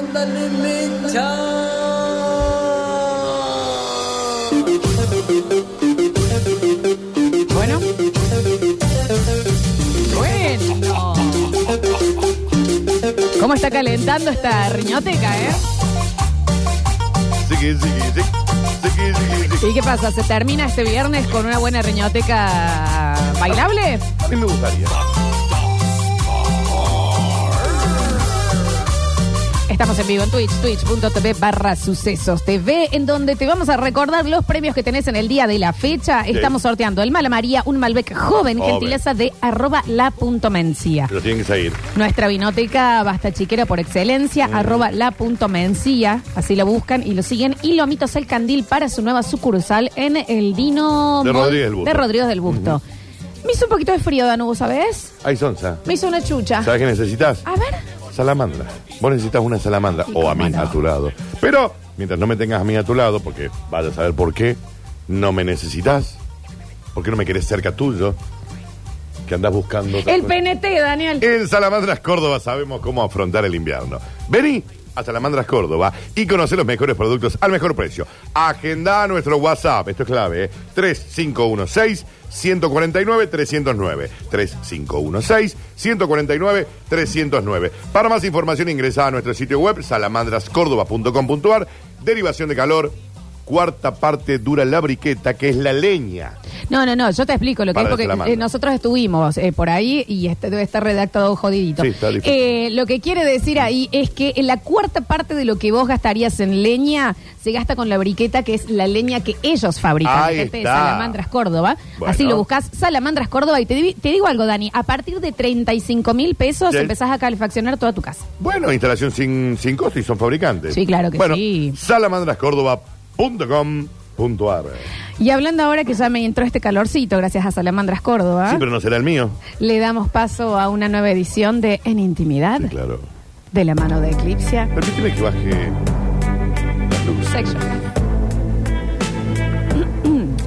Mándale mecha. Bueno. Bueno. ¿Cómo está calentando esta riñoteca, eh? Sigue, sigue, sigue. Sigue, sigue, sigue. ¿Y qué pasa? ¿Se termina este viernes con una buena riñoteca bailable? A mí me gustaría. Estamos en vivo en Twitch, twitch.tv barra sucesos TV, en donde te vamos a recordar los premios que tenés en el día de la fecha. Estamos sorteando el Malamaría, un Malbec joven, Joven. gentileza de arroba la punto mencía. Pero tienen que seguir. Nuestra vinoteca basta chiquera por excelencia, arroba la punto mencía, así lo buscan y lo siguen. Y Lomitos El Candil para su nueva sucursal en el Dino... De Mall Rodríguez del Busto. de Rodríguez del Busto. Me hizo un poquito de frío, Danubo, ¿sabes? Hay sonza. Me hizo una chucha. ¿Sabes qué necesitas? A ver... Salamandra. Vos necesitas una salamandra Y o a cómo mí no. a tu lado. Pero mientras no me tengas a mí a tu lado, porque vaya a saber por qué, no me necesitas, porque no me querés cerca tuyo, que andás buscando. otra El cosa. PNT, Daniel. En Salamandras Córdoba sabemos cómo afrontar el invierno. Vení a Salamandras Córdoba y conoce los mejores productos al mejor precio. Agenda nuestro WhatsApp, esto es clave, ¿eh? 3516-149-309. 3516-149-309. Para más información ingresa a nuestro sitio web salamandrascordoba.com.ar. Derivación de calor, cuarta parte dura la briqueta, que es la leña. No, no, no, yo te explico lo que es Para la porque mano. eh, nosotros estuvimos eh, por ahí y este debe estar redactado jodidito. Sí, está difícil. Eh, lo que quiere decir ahí es que en la cuarta parte de lo que vos gastarías en leña se gasta con la briqueta, que es la leña que ellos fabrican, Ahí la gente de está. Salamandras Córdoba. Bueno. Así lo buscas, Salamandras Córdoba. Y te, di- te digo algo, Dani, a partir de 35 mil pesos Sí. empezás a calefaccionar toda tu casa. Bueno, instalación sin, sin costo y son fabricantes. Sí, claro que bueno, sí. salamandrascordoba.com.ar Y hablando ahora que ya me entró este calorcito gracias a Salamandras Córdoba, Sí, pero no será el mío. le damos paso a una nueva edición de En Intimidad. Sí, claro. De la mano de Eclipse. Permíteme que baje las luces. Section.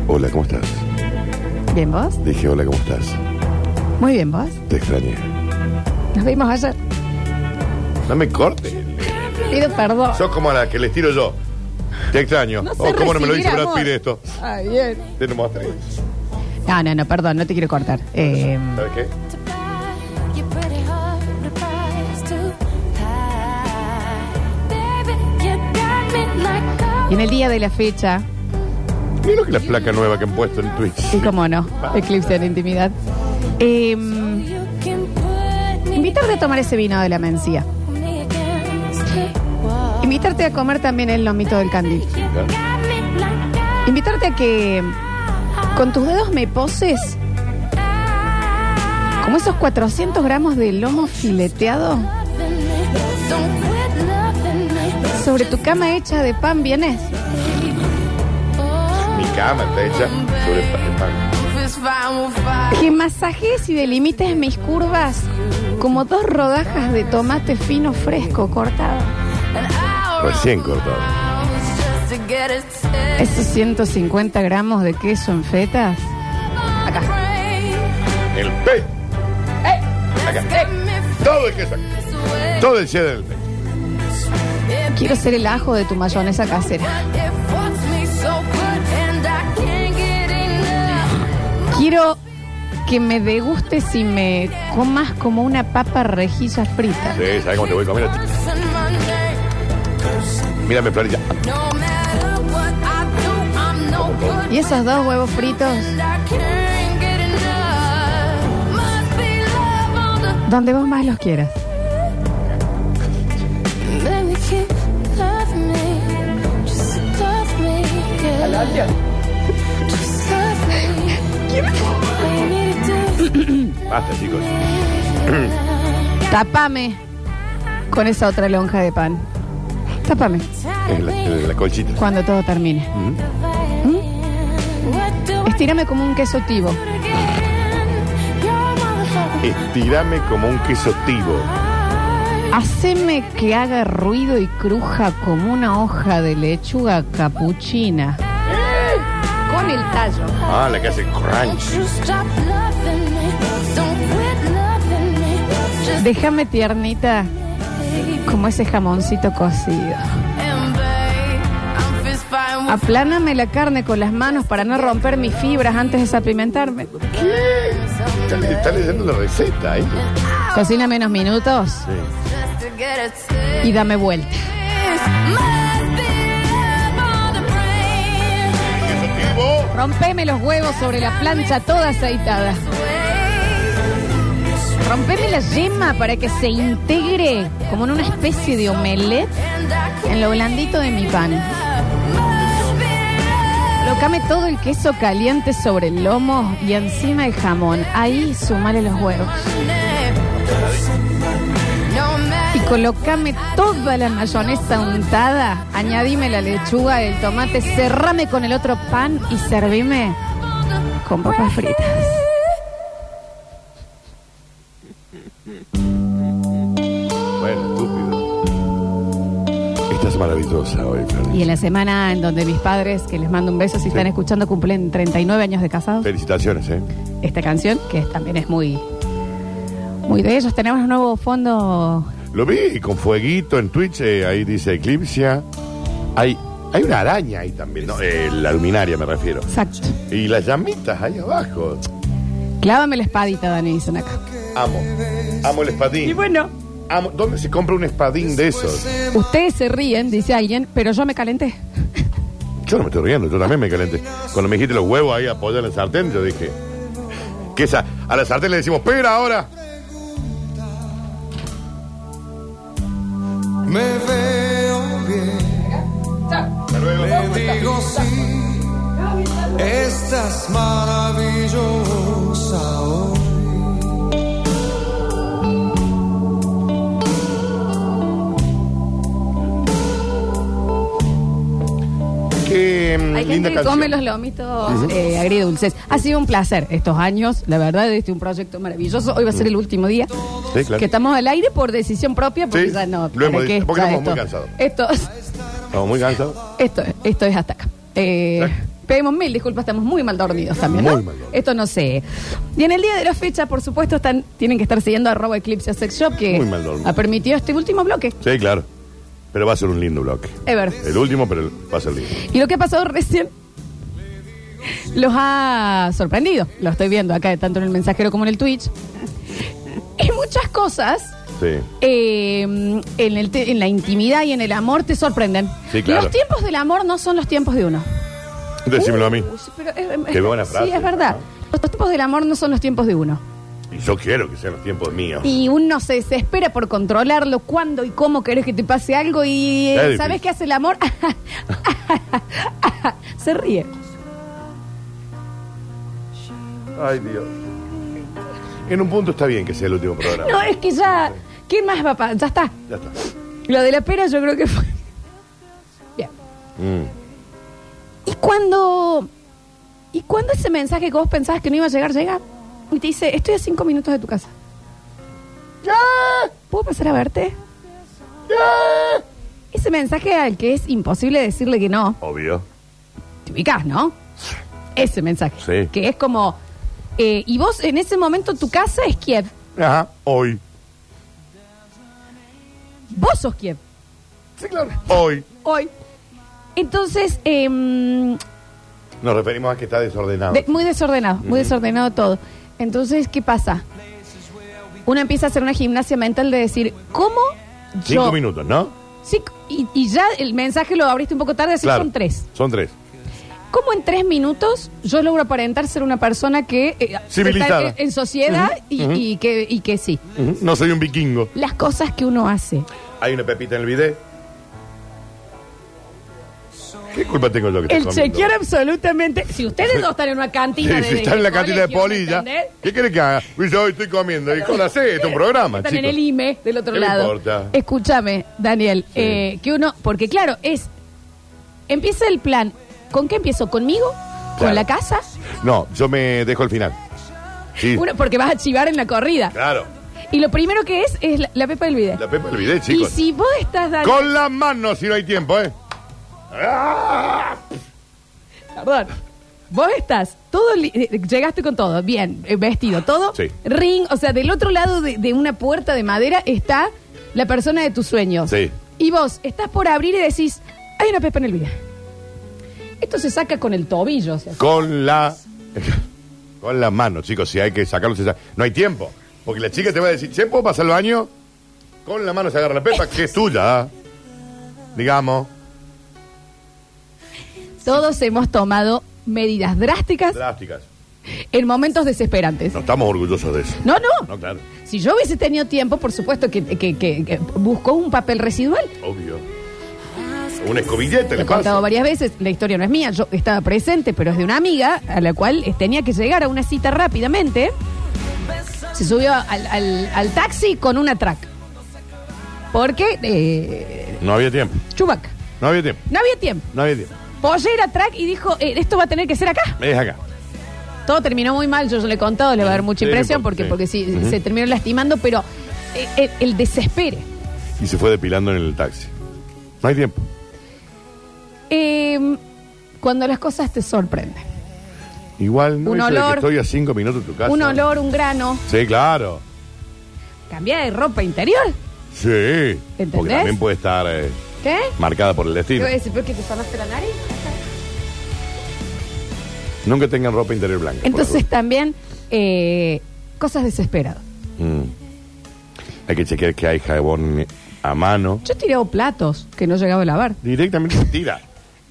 Hola, ¿cómo estás? ¿Bien vos? Dije, hola, ¿cómo estás? Muy bien vos. Te extrañé. Nos vimos ayer. No me cortes. Pido perdón. Sos como a la que les tiro yo. Te extraño. No sé o Oh, cómo no me lo recibir dice Brad amor. Pitt esto. Ay, bien. Te lo mostré. No, no, no, perdón, no te quiero cortar. Eh, ¿Sabes qué? to buy. You're pretty hard to price to hide. Baby, you got me like a y en el día de la fecha, Mira lo que la placa nueva que han puesto en Twitch. y cómo no, Ah. Eclipse en intimidad. Eh, you can put me invitarte a tomar ese vino de la mencía. me against the wall. Invitarte a comer también el lomito del candil. You got me like a- Invitarte a que con tus dedos me poses como esos 400 gramos de lomo fileteado Loving me. Don't quit loving me. sobre tu cama hecha de pan, ¿vienes? Oh, Mi cama está hecha sobre el pan. Que masajes y delimites mis curvas como dos rodajas de tomate fino fresco cortado. Recién cortado. Esos 150 gramos de queso en fetas. Acá. El pe. Acá. Todo el queso. Todo el cheddar del pe. Quiero ser el ajo de tu mayonesa casera. Quiero que me degustes y me comas como una papa rejilla frita. Sí, ¿sabes cómo te voy a comer? Mírame, Florilla. Y esos dos huevos fritos, donde vos más los quieras. Basta, chicos. Tapame con esa otra lonja de pan. Tapame Es la, es la colchita. cuando todo termine. Estírame como un queso tibo. Mm. Estirame como un queso tibo. Haceme que haga ruido y cruja como una hoja de lechuga capuchina. Con el tallo. Ah, la que hace crunch. Déjame tiernita Como ese jamoncito cocido. Up. Apláname la carne con las manos para no romper mis fibras antes de sapimentarme. Está, está leyendo la receta, ¿eh? Cocina menos minutos y dame vuelta. Rompeme los huevos sobre la plancha toda aceitada. Rompeme la yema para que se integre como en una especie de omelette en lo blandito de mi pan. Colocame todo el queso caliente sobre el lomo y encima el jamón. Ahí sumale los huevos. Y colocame toda la mayonesa untada, añadime la lechuga, el tomate, cerrame con el otro pan y servime con papas fritas. Bueno, estúpido. Estás maravillosa hoy, Y Florencia. en la semana en donde mis padres, que les mando un beso si están escuchando, cumplen 39 años de casados, Felicitaciones, ¿eh? esta canción, que también es muy, muy de ellos, tenemos un nuevo fondo Lo vi con fueguito en Twitch, eh, ahí dice Eclipsia. Hay, hay una araña ahí también, ¿no? Eh, la luminaria me refiero. exacto. Y las llamitas ahí abajo. Clávame la espadita, Dani, dicen acá. Amo. Amo el espadín. Y bueno, Amo- ¿Dónde se compra un espadín de esos? ustedes se ríen, dice alguien, pero yo me calenté. Yo no me estoy riendo, yo también me calenté. Cuando me dijiste los huevos ahí apoyados en la sartén, yo dije. Que esa, a la sartén le decimos, pera ahora. Me veo bien, Hasta luego. le digo sí, estás maravillosa hoy. Qué mm, Hay linda gente que canción. come los lomitos eh, agridulces. Ha sido un placer estos años, la verdad, este un proyecto maravilloso. Hoy va a ser el último día Mm. Sí, claro. que estamos al aire por decisión propia, porque Sí, ya no. lo hemos ¿para qué? dicho, porque Ya estamos muy esto- cansados. Estos, Estamos muy cansados. Esto, esto es hasta acá. Eh, Exacto. pedimos mil disculpas, estamos muy mal dormidos también. ¿no? Muy mal dormidos. Esto no sé. Y en el día de la fecha, por supuesto, están, tienen que estar siguiendo arroba Eclipse Sex Shop, que Muy mal dormidos. ha permitido este último bloque. Sí, claro. Pero va a ser un lindo bloque. Ever. El último, pero va a ser lindo. Y lo que ha pasado recién los ha sorprendido. Lo estoy viendo acá, tanto en el mensajero como en el Twitch. Y muchas cosas Sí. eh, en, el te- en la intimidad y en el amor te sorprenden. Sí, claro. Los tiempos del amor no son los tiempos de uno. Decímelo a mí. Uy, sí, pero es- Qué buena frase, Sí, es verdad. Los tiempos del amor no son los tiempos de uno. Y yo quiero que sean los tiempos míos. Y uno se desespera por controlarlo, cuándo y cómo querés que te pase algo. Y eh, Es difícil. ¿sabes qué hace el amor? se ríe. Ay, Dios. En un punto está bien que sea el último programa. No, es que ya. ¿Qué más va a pasar? Ya está. Ya está. Lo de la pera yo creo que fue. Bien. Mm. ¿Y cuando. ¿Y cuando ese mensaje que vos pensabas que no iba a llegar, llega? Y te dice, estoy a cinco minutos de tu casa. ¿Puedo pasar a verte? Ese mensaje al que es imposible decirle que no. Obvio. Te ubicás, ¿no? Ese mensaje. Sí. Que es como. eh, y vos en ese momento tu casa es Kiev. Ajá. Hoy. Vos sos Kiev. Sí, claro. Hoy. Hoy. Entonces, em, Nos referimos a que está desordenado. de- muy desordenado, muy desordenado todo. Entonces, ¿qué pasa? Uno empieza a hacer una gimnasia mental de decir, ¿cómo Cinco yo? minutos, ¿no? Sí, y, y ya el mensaje lo abriste un poco tarde, así son tres. Son tres. ¿Cómo en tres minutos yo logro aparentar ser una persona que eh, Civilizada. está en, en sociedad y, y que, y que sí? Ujú. No soy un vikingo. Las cosas que uno hace. Hay una pepita en el bidet. ¿Qué culpa tengo yo que El te chequear absolutamente. Si ustedes no están en una cantina de. si están en la cantina de colegio, polilla, ¿entendés? ¿qué querés que haga? Y Yo hoy estoy comiendo. Y con la sed, es un programa, Están Ah, chicos. en el IME del otro ¿Qué me lado. importa? Escúchame, Daniel, eh, que uno, porque claro, es. Empieza el plan. ¿Con qué empiezo? ¿Conmigo? ¿Con Claro. la casa? No, yo me dejo el final. Sí, Uno, porque vas a chivar en la corrida. claro. Y lo primero que es es la, la pepa del video. La pepa del bidet, y chicos. si vos estás, Daniel. Con las manos si no hay tiempo, ¿eh? ¡Ah! Perdón. Vos estás, todo li- eh, llegaste con todo, bien, eh, vestido, todo. Sí. Ring, o sea, del otro lado de, de una puerta de madera está la persona de tus sueños. Sí. Y vos estás por abrir y decís, hay una pepa en el vida. Esto se saca con el tobillo. o sea, Con la. Con la mano, chicos, si hay que sacarlo, se saca. No hay tiempo. Porque la chica te va a decir, ¿se puedo pasar al baño? Con la mano se agarra la pepa, que es tuya. ¿ah? Digamos. Todos hemos tomado medidas drásticas Plásticas. en momentos desesperantes. No estamos orgullosos de eso. No, no. No, claro. Si yo hubiese tenido tiempo, por supuesto que, que- que- que buscó un papel residual. Obvio. Un escobillete Lo le he contado pasa. varias veces, la historia no es mía, yo estaba presente, pero es de una amiga a la cual eh, tenía que llegar a una cita rápidamente. Se subió al, al- al taxi con una track. Porque, eh, No había tiempo. Chubaca, No había tiempo. no había tiempo. No había tiempo. Pollera track y dijo, eh, esto va a tener que ser acá. Es acá. Todo terminó muy mal, yo ya le he contado, le va a dar mucha Sí, impresión por- porque, sí. porque sí, Ujú. se terminó lastimando, pero eh, eh, el desespere. Y se fue depilando en el taxi. No hay tiempo. Eh, cuando las cosas te sorprenden. Igual no Un eso de olor. que estoy a cinco minutos de tu casa. Un olor, un grano, Sí, claro. cambiar de ropa interior. Sí. Porque ¿Entendés? también puede estar eh, ¿Qué? marcada por el Te destino. voy a decir, ¿por qué te sonaste la nariz? Nunca tengan ropa interior blanca. por Entonces las también eh, cosas desesperadas. dudas. Mm. Hay que chequear que hay jabón a mano. Yo he tirado platos que no llegaba a lavar. Directamente se tira.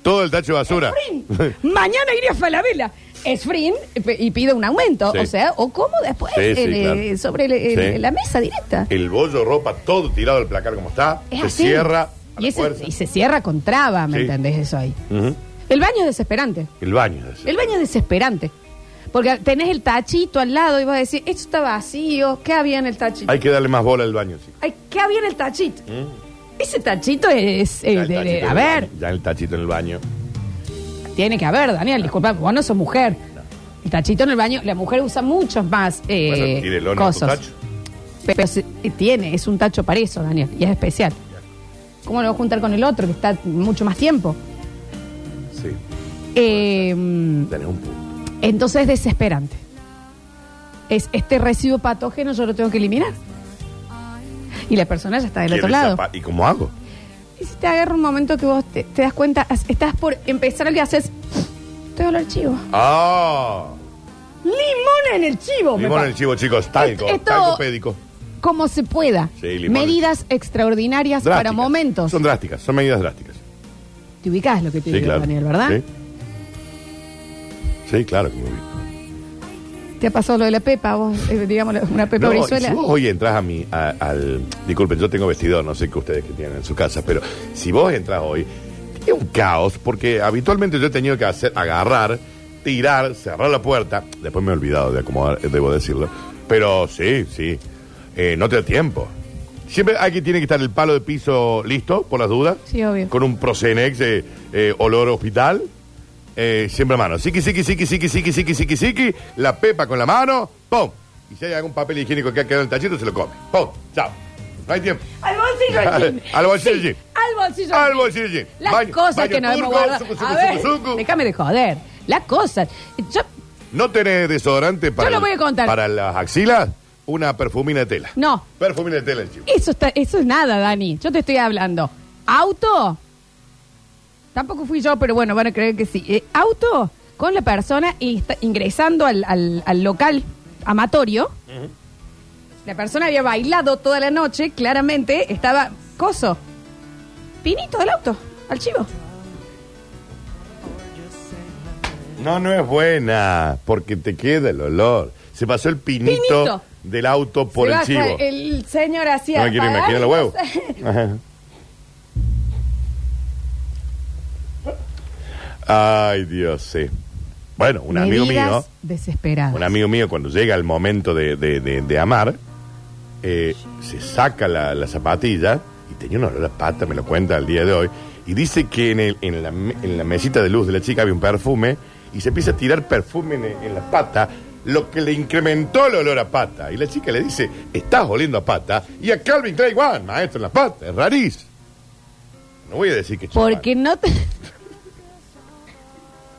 Todo el tacho de basura. Frin, Mañana iré a Falabella. Es Frin pe- y pido un aumento. Sí. O sea, o como después Sí, sí, en, eh, claro. sobre el- el- Sí. la mesa directa. el bollo, ropa, todo tirado al placar como está. Es se así. cierra. a la Y, ese- fuerza. y se cierra con traba, ¿me Sí. entendés? Eso ahí. Ujú. El baño es desesperante. El baño. es así. El baño es desesperante. Porque tenés el tachito al lado y vas a decir, esto está vacío, ¿qué había en el tachito? Hay que darle más bola al baño, chicos. Ay, ¿Qué había en el tachito? Ese tachito es... eh, Ya el de- de- tachito en a el ver, baño, Ya el tachito en el baño. tiene que haber, Daniel, disculpa, vos no sos mujer. El tachito en el baño, la mujer usa muchos más eh, Bueno, tírelo en tu cosas. tacho. Pero se- eh, tiene, es un tacho para eso, Daniel, y es especial. ¿Cómo lo voy a juntar con el otro que está mucho más tiempo? Sí. Eh, Tenés un punto. entonces es desesperante. Es este residuo patógeno yo lo tengo que eliminar. Y la persona ya está del otro Quiero el lado. zapa- ¿Y cómo hago? Y si te agarra un momento que vos te, te das cuenta, has- estás por empezar algo y haces. Te el archivo. ¡Ah! Limón en el chivo. me Limón pa- en el chivo, chicos. Talco. Esto- Talco pédico. Como se pueda. Sí, limón. Medidas extraordinarias para Drásticas. momentos. Son drásticas, son medidas drásticas. Te ubicás lo que te Sí, digo, claro. Daniel, ¿verdad? Sí. Sí, claro que me ubico. Te ha pasado lo de la Pepa, vos, eh, digamos, la- una Pepa No, y Brizuela. si vos hoy entras a mi, a- al... Disculpen, yo tengo vestidor, no sé qué ustedes que tienen en su casa, pero si vos entras hoy, es un caos, porque habitualmente yo he tenido que hacer, agarrar, tirar, cerrar la puerta. Después me he olvidado de acomodar, eh, debo decirlo. Pero sí, sí, Eh, no te da tiempo. Siempre aquí tiene que estar el palo de piso listo, por las dudas. Sí, obvio. Con un Procenex eh, eh, olor hospital. Eh, siempre a mano. Siki, siki, siki, siki, siki, siki, siki, siki. La pepa con la mano. ¡Pum! Y si hay algún papel higiénico que ha quedado en el tachito, se lo come. ¡Pum! ¡Chao! No hay tiempo. Al bolsillo del jean. Al bolsillo del Sí, jean. Al bolsillo del Al jean. bolsillo del jean. Las Baño- cosas baño que nos hemos turco, guardado. sucu, a sucu, ver, sucu, sucu. déjame de joder. Las cosas. Yo ¿No tenés desodorante para, Yo lo el- voy a contar. para las axilas? Una perfumina de tela. No. Perfumina de tela, el chico. Eso, está, eso es nada, Dani. Yo te estoy hablando. ¿Auto? Tampoco fui yo, pero bueno, van a creer que sí. Eh, ¿Auto? Con la persona y está ingresando al, al- al local amatorio. La persona había bailado toda la noche, claramente estaba coso. Pinito del auto, al chivo. No, no es buena, porque te queda el olor. Se pasó el pinito, Pinito. del auto por Se el baja chivo. El señor hacía. No me quiero imaginar los huevos. Ajá. Ay, Dios, sí. Bueno, un amigo mío, Desesperado. un amigo mío cuando llega el momento de, de- de- de amar, eh, se saca la, la zapatilla y tenía un olor a pata, me lo cuenta al día de hoy, y dice que en, el- en la, me- en la mesita de luz de la chica había un perfume y se empieza a tirar perfume en, en la pata, lo que le incrementó el olor a pata. Y la chica le dice, estás oliendo a pata, y a Calvin Klein igual, maestro en la pata, es rarís. No voy a decir que... es Porque chaval. no te.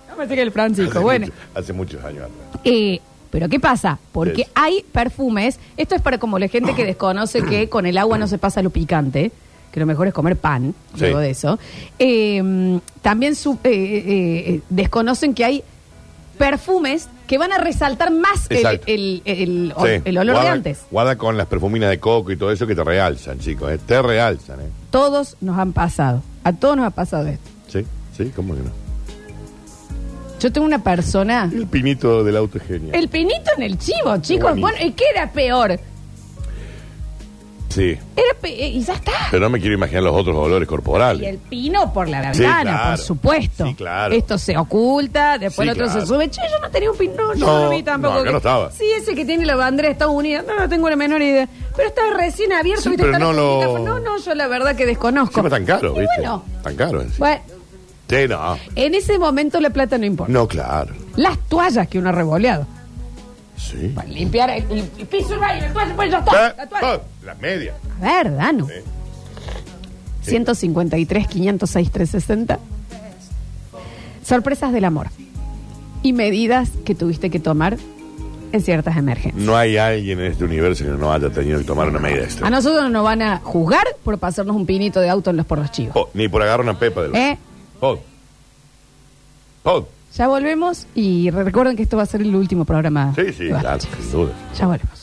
no me que el Francisco. Hace Bueno. mucho- hace muchos años atrás. Eh, Pero ¿qué pasa? Porque Yes. hay perfumes, esto es para como la gente que desconoce que con el agua no se pasa lo picante, que lo mejor es comer pan, Sí. luego de eso. Eh, también su- eh, eh, eh, desconocen que hay perfumes que van a resaltar más el, Exacto. el- el- el- Sí. el olor de Guarda- antes. Guarda con las perfuminas de coco y todo eso que te realzan, chicos. eh. Te realzan, ¿eh? Todos nos han pasado, a todos nos ha pasado esto. Sí, sí, ¿cómo que no? Yo tengo una persona... El pinito del auto es genial. El pinito en el chivo, chicos. buenísimo. Bueno, ¿y qué era peor? Sí, Era pe- eh, y ya está. pero no me quiero imaginar los otros olores corporales. Y el pino por la Sí, ventana, claro. por supuesto. Sí, claro. Esto se oculta, después el Sí, otro claro. se sube. Che, yo no tenía un pino, no, yo no No, lo vi tampoco. no, acá no estaba. Sí, ese que tiene la bandera de Estados Unidos, no, no tengo la menor idea. Pero estaba recién abierto, Sí, ¿viste? pero Está no la lo- publicación. No, no, yo la verdad que desconozco. Encima tan caro, Y ¿viste? Bueno, Tan caro. encima. bueno, Sí, no. en ese momento la plata no importa. No, claro. Las toallas que uno ha revoleado. Sí. Para limpiar el, el- el piso del baño, la toalla, pues ya está, Eh, la toalla. oh, ¿eh? Las medias. A ver, Danu. Sí. 153, 506, 360. Sorpresas del amor. Y medidas que tuviste que tomar en ciertas emergencias. No hay alguien en este universo que no haya tenido que tomar una medida A extra. nosotros no nos van a juzgar por pasarnos un pinito de auto en los porros chivos. Po- Oh, ni por agarrar una pepa Oh. del. ¿Eh? Pod. Pod. Ya volvemos y recuerden que esto va a ser el último programa. Sí, sí, de Basta, claro, chicos. sin duda. Ya volvemos.